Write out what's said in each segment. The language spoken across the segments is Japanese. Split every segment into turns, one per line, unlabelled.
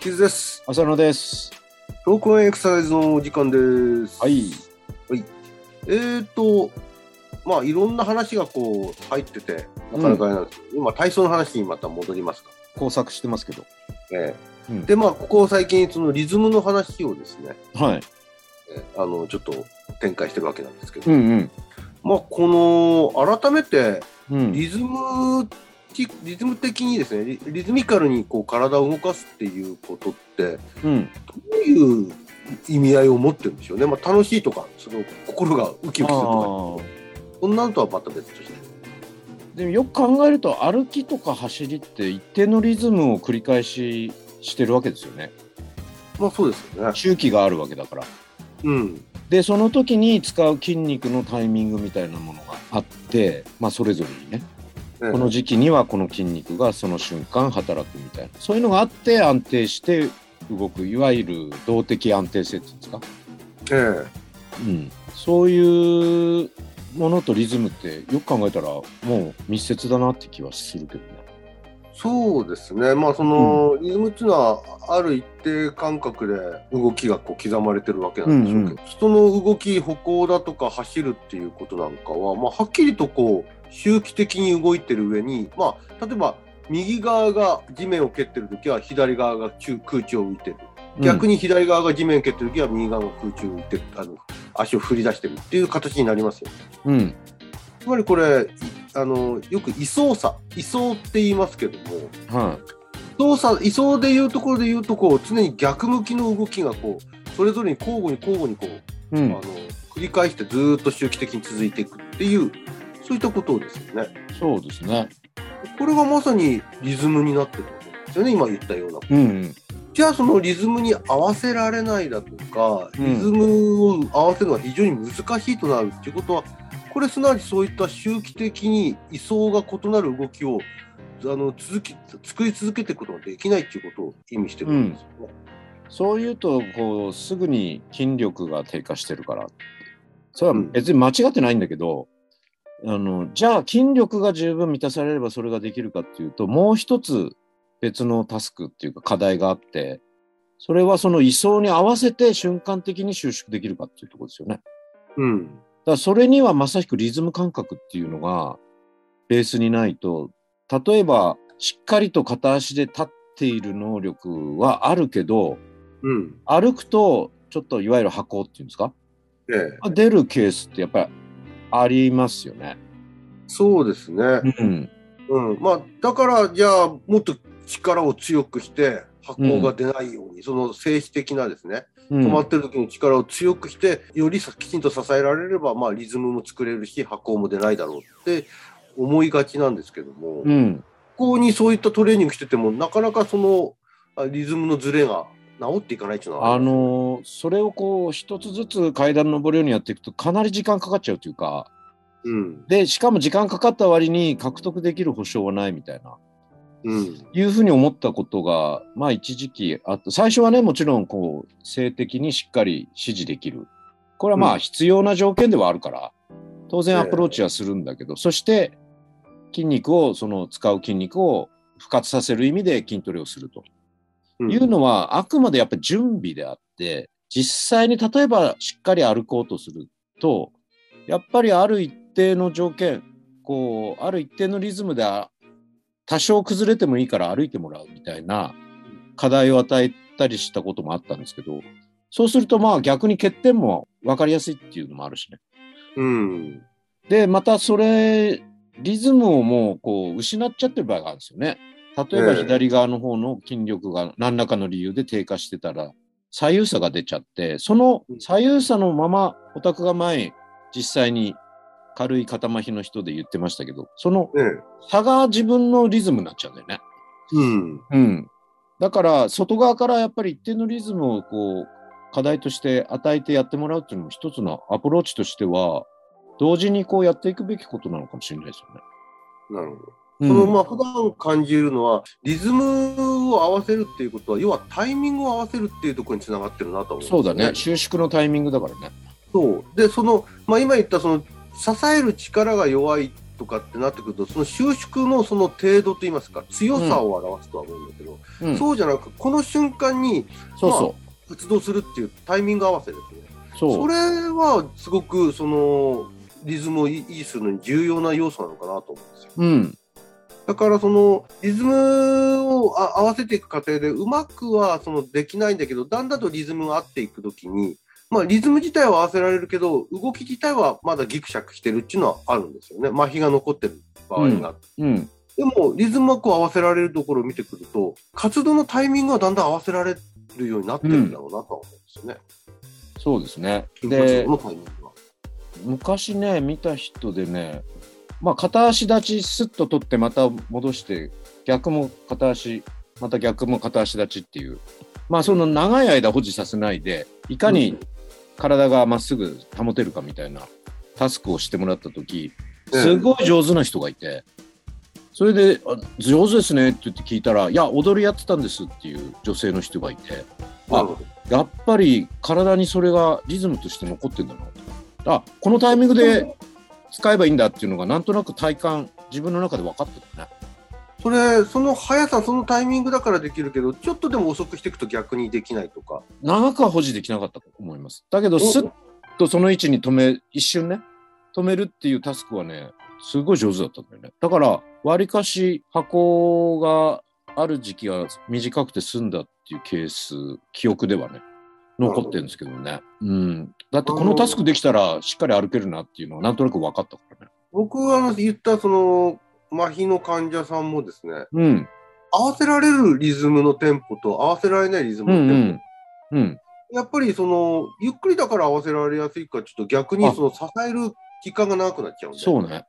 キズです。
浅野です。
ロークワンエクササイズのお時間です。
はい。
えーと、まあ、いろんな話がこう、入ってて、なかなかあれなんですけど、今、体操の話にまた戻りますか。
工作してますけど。
ええ
うん
で、まあ、ここ最近、そのリズムの話をですね、
はい。
ええあの、ちょっと展開してるわけなんですけど、
うん
まあ、この、改めて、
うん。うん。
リズム的、リズム的にですね、リリズミカルにこう、体を動かすっていうことって、
うん。
どういう意味合いを持ってるんでしょうね。まあ、楽しいとか、その心がウキウキすると
あ
か、そんなのとはまた別として。
ーでもよく考えると歩きとか走りって一定のリズムを繰り返ししてるわけですよね。
まあそうですよね。
周期があるわけだから。
うん。
でその時に使う筋肉のタイミングみたいなものがあって、まあ、それぞれにね
ええ
この時期にはこの筋肉がその瞬間働くみたいなそういうのがあって安定して動くいわゆる動的安定性っていうんですか
ええ
うん、そういうものとリズムってよく考えたらもう密接だなって気はするけどね。
そうですね。まあその、リズムっていうのはある一定間隔で動きがこう刻まれてるわけなんでしょうけど、人の動き歩行だとか走るっていうことなんかは、まあはっきりとこう周期的に動いてる上に、まあ例えば右側が地面を蹴ってる時は左側が中空中を浮いてる。逆
に、
に左側が地面を蹴ってる時は右側が空中を浮いてる。あの足を振り出してるっていう形になりますよね
うん、
つまりこれあのよく位相差位相って言いますけども
は
操作位相でいうところでいうとこう常に逆向きの動きがこうそれぞれに交互に交互にこう、
い、う
あ
ん
の、繰り返してずーっと周期的に続いていくっていうそういったことですよね。
そうですね。
これがまさにリズムになってるわけですよね今言ったような。
うん、
じゃあそのリズムに合わせられないだとか
うん
リズムを合わせるのは非常に難しいとなるっていうことはこれすなわちそういった周期的に位相が異なる動きをあの続き作り続けていくことができないっていうことを意味してるんですよね。
そういうとこうすぐに筋力が低下してるからそれは別に間違ってないんだけど、あのじゃあ筋力が十分満たされればそれができるかっていうともう一つ別のタスクっていうか課題があってそれはその位相に合わせて瞬間的に収縮できるかっていうところですよね。
うん
だからそれにはまさしくリズム感覚っていうのがベースにないと例えばしっかりと片足で立っている能力はあるけど
うん
歩くとちょっといわゆる箱っていうんですか
ええ、
出るケースってやっぱりありますよね。
そうですね、
うん、
うんまあ、だからじゃあもっと力を強くして発酵が出ないように、その静止的なですね
う
止まっ
ん
てる時の力を強くして、よりさきちんと支えられれば、まあ、リズムも作れるし、発酵も出ないだろうって思いがちなんですけども、
う
こ
ん
こにそういったトレーニングしてても、なかなかそのあリズムのズレが治っていかないっていうのは
あのーそれをこう一つずつ階段登るようにやっていくとかなり時間かかっちゃうというか
うん、
でしかも時間かかった割に獲得できる保証はないみたいな
うん、
いうふうに思ったことが、まあ一時期あって、最初はね、もちろんこう、性的にしっかり支持できる。これはま
うん
あ必要な条件ではあるから、当
ええ
然アプローチはするんだけど、そして筋肉を、その使う筋肉を復活させる意味で筋トレをすると
うん
いうのは、あくまでやっぱり準備であって、実際に例えばしっかり歩こうとすると、やっぱりある一定の条件、こう、ある一定のリズムであ多少崩れてもいいから歩いてもらうみたいな課題を与えたりしたこともあったんですけど、そうするとまあ逆に欠点も分かりやすいっていうのもあるしね。
うん、
で、またそれ、リズムをもうこう失っちゃってる場合があるんですよね。例えば
ええ
左側の方の筋力が何らかの理由で低下してたら、左右差が出ちゃって、その左右差のまま、オタクが前、実際に軽い肩麻痺の人で言ってましたけど、その
ね、
差が自分のリズムになっちゃうんだよね。
うん、
うん、だから外側からやっぱり一定のリズムをこう課題として与えてやってもらうっていうのも一つのアプローチとしては同時にこうやっていくべきことなのかもしれないですよね。
なるほど。
うん
そのまあ普段感じるのはリズムを合わせるっていうことは要はタイミングを合わせるっていうところにつながってるなと思
そうだね
そ
収縮のタイミングだからね
うでその、まあ、今言ったその支える力が弱いとかってなってくるとその収縮のその程度といいますか強さを表すとは思うんだけど、
うんそう
そうじゃなくこの瞬間に
そ
発動するっていうタイミング合わせですね。
うそう
それはすごくそのリズムを維持するのに重要な要素なのかなと思うんですよ。
うん
だからそのリズムをあ合わせていく過程でうまくはそのできないんだけどだんだんとリズムが合っていくときに、まあ、リズム自体は合わせられるけど動き自体はまだギクシャクしてるっていうのはあるんですよね麻痺が残ってる場合が。
うん
でもリズムはこう合わせられるところを見てくると活動のタイミングはだんだん合わせられるようになってるんだろうなとは思うんですよね。
そうですね
筋活
で
動のタイミングは
昔ね見た人でねまあ片足立ちスッと取ってまた戻して逆も片足また逆も片足立ちっていうまあその長い間保持させないでいかに体がまっすぐ保てるかみたいなタスクをしてもらった時
ええ
すごい上手な人がいてそれであ「上手ですね」って言って聞いたら「いや踊りやってたんです」っていう女性の人がいて
なるほど
やっぱり体にそれがリズムとして残ってんだなあこのタイミングで使えばいいんだっていうのがなんとなく体感自分の中で分かってるね
それその速さそのタイミングだからできるけどちょっとでも遅くしていくと逆にできないとか
長くは保持できなかったと思いますだけどスッとその位置に止め一瞬ね止めるっていうタスクはねすごい上手だったんだよねだからわりかし箱がある時期が短くて済んだっていうケース記憶ではね残ってるんですけどね、うん、だってこのタスクできたらしっかり歩けるなっていうのはなんとなく分かったからね
僕はあの言ったその麻痺の患者さんもですね
うん
合わせられるリズムのテンポと合わせられないリズム
う
のテン
ん
ポ、
うんうん
やっぱりそのゆっくりだから合わせられやすいからちょっと逆に
あ
その支える期間が長くなっちゃうんで
そうね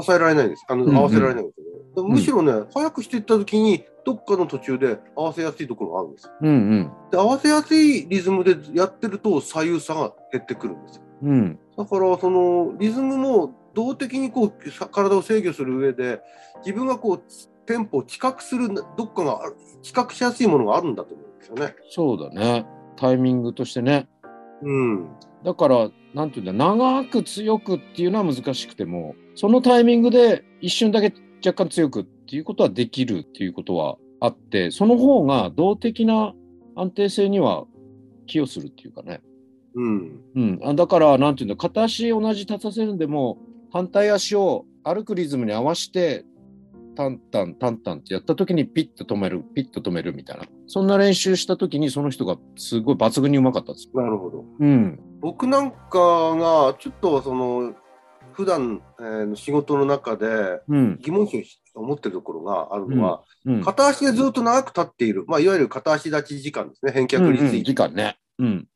支えられないんですあの、
うんうん
合わせられないんですよねだからむしろね、早くしていった時にどっかの途中で合わせやすいところがあるんですよ
うん
で合わせやすいリズムでやってると左右差が減ってくるんですよ
うんうん
だからそのリズムも動的にこうさ体を制御する上で自分がこうテンポを知覚するなどっかがある知覚しやすいものがあるんだと思うんですよね。
そうだねタイミングとしてね
うん、
だから、なんていうんだ、長く強くっていうのは難しくても、そのタイミングで一瞬だけ若干強くっていうことはできるっていうことはあって、その方が動的な安定性には寄与するっていうかね。
うん、
うん。あだから、なんていうんだ、片足同じ立たせるんでも、反対足を歩くリズムに合わせて、タンタン、タンタンってやった時にピッと止める、ピッと止めるみたいな。そんな練習した時にその人がすごい抜群にうまかったんですよ。
なるほど。
うん。
僕なんかがちょっとその普段、えー仕事の中で
うん。
疑問視を持ってるところがあるのは、
うん。
片足でずっと長く立っている、まあ、いわゆる片足立ち時間ですね返却率、
時間ね。うん。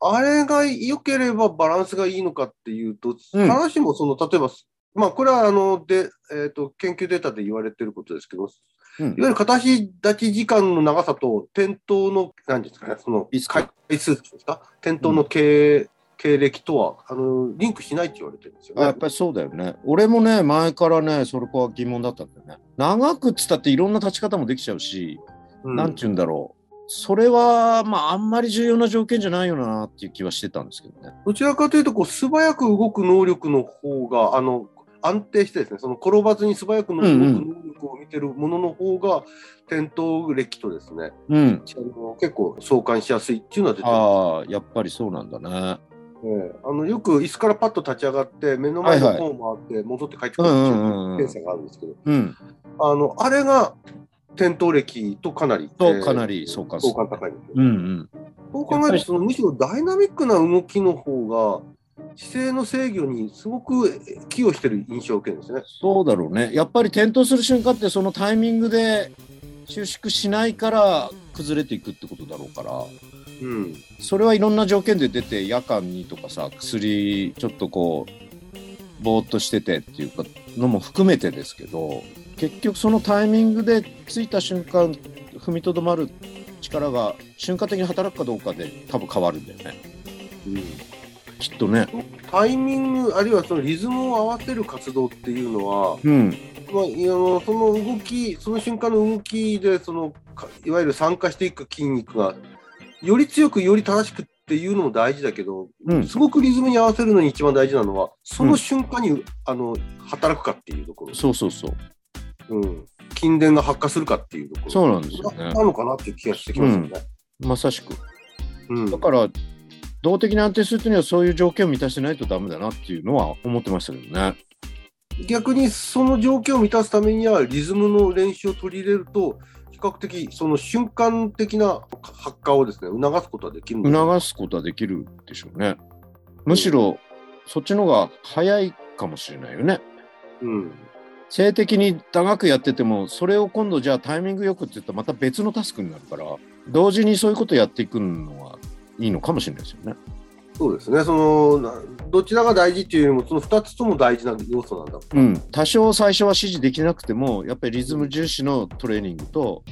あれが良ければバランスがいいのかっていうと、
うん
必ずしもその、例えば、まあ、これはあので、えーと研究データで言われてることですけど、
うん
いわゆる片足立ち時間の長さと、転倒の、何ですかね、その
いつか
回数ですか、転倒の経,、経歴とはあのリンクしないって言われてるんですよ
あ
ね。
やっぱりそうだよね。俺もね、前からね、それこは疑問だったんだよね。長くっつったっていろんな立ち方もできちゃうし、
うん
なんて言うんだろう。それは、まあ、あんまり重要な条件じゃないよなっていう気はしてたんですけどね。
どちらかというとこう、素早く動く能力の方が、あの安定してですね、その転ばずに素早く動く能力を見てるものの方が、転倒歴とですね、
うん。
あの結構相関しやすいっていうのは出てます
ああ、やっぱりそうなんだね。
ええあのよく椅子からパッと立ち上がって目の前の方を回って戻って帰ってくるって
うんうんう
い
んうん
う検査があるんですけど、
うん。
あのあれが転倒歴とかなり
と
ええ
かなり相関する
相関高いんですよ
うんうん。
そう考えるとそのむしろダイナミックな動きの方が姿勢の制御にすごくえ寄与してる印象を受けるんですね。
そうだろうね。やっぱり転倒する瞬間ってそのタイミングで収縮しないから崩れていくってことだろうから。
うん、
それはいろんな条件で出て夜間にとかさ薬ちょっとこうぼーっとしててっていうかのも含めてですけど結局そのタイミングで着いた瞬間踏みとどまる力が瞬間的に働くかどうかで多分変わるんだよねきっとね。
タイミングあるいはそのリズムを合わせる活動っていうのは
うん、
まあ、いやもうその動き、その瞬間の動きで、そのかいわゆる酸化していく筋肉が、より強く、より正しくっていうのも大事だけど、
うん
すごくリズムに合わせるのに一番大事なのは、そうの
ん
瞬間に、あの働くかっていうところ、
そうそうそう。
うん、筋電が発火するかっていうところ、
そうなんですよね
ななのかなっていう気がしてきますよね。
まさしく。
うん
だから、動的に安定するにはそういう条件を満たしてないとダメだなっていうのは思ってましたけどね。
逆にその条件を満たすためにはリズムの練習を取り入れると比較的その瞬間的な発火をですね促すことはできるんです
促すことはできるでしょうね。むしろ、そっちの方が早いかもしれないよね。
うん
性的に長くやっててもそれを今度じゃあタイミングよくって言ったらまた別のタスクになるから同時にそういうことやっていくのはいいのかもしれないですよね。
そうですねそのなどちらが大事っていうよりもその2つとも大事な要素なんだ
うん、多少最初は指示できなくてもやっぱりリズム重視のトレーニングと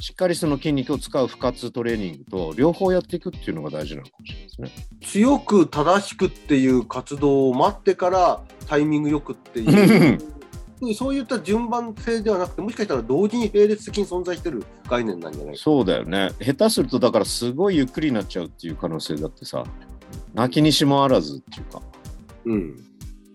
しっかりその筋肉を使う不活トレーニングと両方やっていくっていうのが大事なのかもしれないですね。
強く正しくっていう活動を待ってからタイミングよくって
う
い
ん
うそういった順番性ではなくてもしかしたら同時に並列的に存在してる概念なんじゃないか
そうだよね下手するとだからすごいゆっくりになっちゃうっていう可能性だってさ泣きにしもあらずっていうか
うん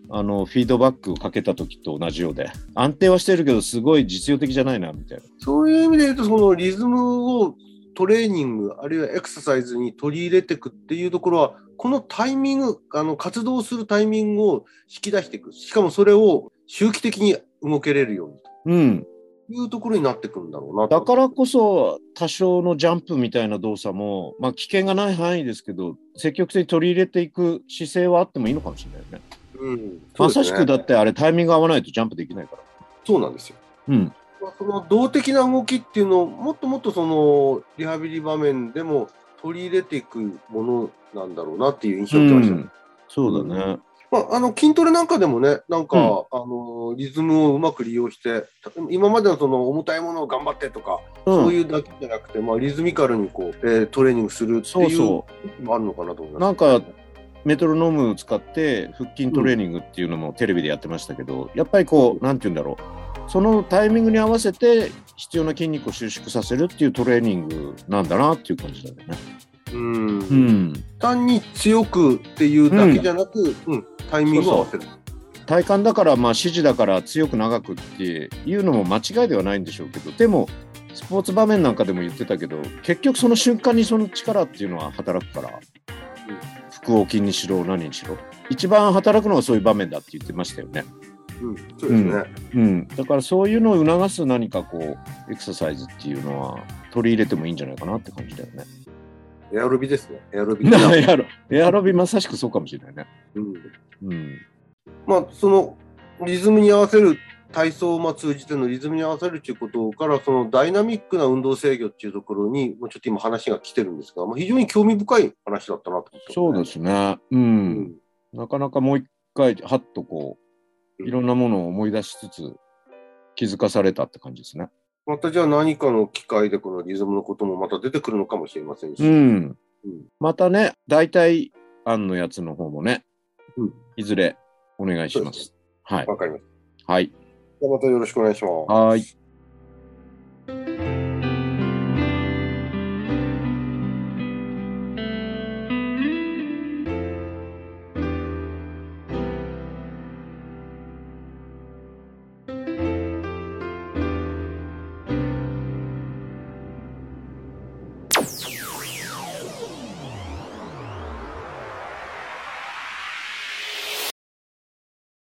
あのフィードバックをかけた時と同じようで安定はしてるけどすごい実用的じゃないなみたいな
そういう意味で言うと、そのリズムをトレーニング、あるいはエクササイズに取り入れていくっていうところは、このタイミング、あの活動するタイミングを引き出していく、しかもそれを周期的に動けれるように
うん
というところになってくるんだろうなと
だからこそ多少のジャンプみたいな動作もまあ危険がない範囲ですけど積極的に取り入れていく姿勢はあってもいいのかもしれないよね
うん
まさし
そう
くだっ
ですね
てあれタイミング合わないとジャンプできないから
そうなんですよ。
うん
その動的な動きっていうのを、もっともっとそのリハビリ場面でも取り入れていくものなんだろうなっていう印象を受けましたね。
うんそうだね
まあ、あの筋トレなんかでもね、なんか、
うん
あのリズムをうまく利用して、今までのその重たいものを頑張ってとか、そう
うん
いうだけじゃなくて、まあ、リズミカルにこう、えートレーニングするって
そう
いう
そう
のもあるのかなと思います。
なんかメトロノームを使って腹筋トレーニングっていうのもテレビでやってましたけど、やっぱりこう、なんて言うんだろう、そのタイミングに合わせて必要な筋肉を収縮させるっていうトレーニングなんだなっていう感じだよね。
うん、
ん。
単に強くっていうだけじゃなく、うんタイミングを合わせる。
体幹だから、まあ指示だから強く長くっていうのも間違いではないんでしょうけど、でも、スポーツ場面なんかでも言ってたけど、結局その瞬間にその力っていうのは働くから、腹横筋にしろ何にしろ、一番働くのはそういう場面だって言ってましたよね。
うん、そうですね。
うん、だからそういうのを促す何かこうエクササイズっていうのは取り入れてもいいんじゃないかなって感じだよね。
エアロビですね。エアロ ビ。
エアロエアロビまさしくそうかもしれないね。
うん、
うん、
まあ、そのリズムに合わせる体操をまあ通じてのリズムに合わせるということからそのダイナミックな運動制御っていうところにもうちょっと今話が来てるんですが、まあ、非常に興味深い話だったなと思って、、
そうですすね、う。
うんん
なかなかもう一回はっとこう
うん
いろんなものを思い出しつつ気づかされたって感じですね。
またじゃあ何かの機会でこのリズムのこともまた出てくるのかもしれませんし、
うん
うん、
またね代替案のやつの方もね
うん
いずれお願いします。はい、
わかりまし
はい、
た。じゃあまたよろしくお願いします。
はい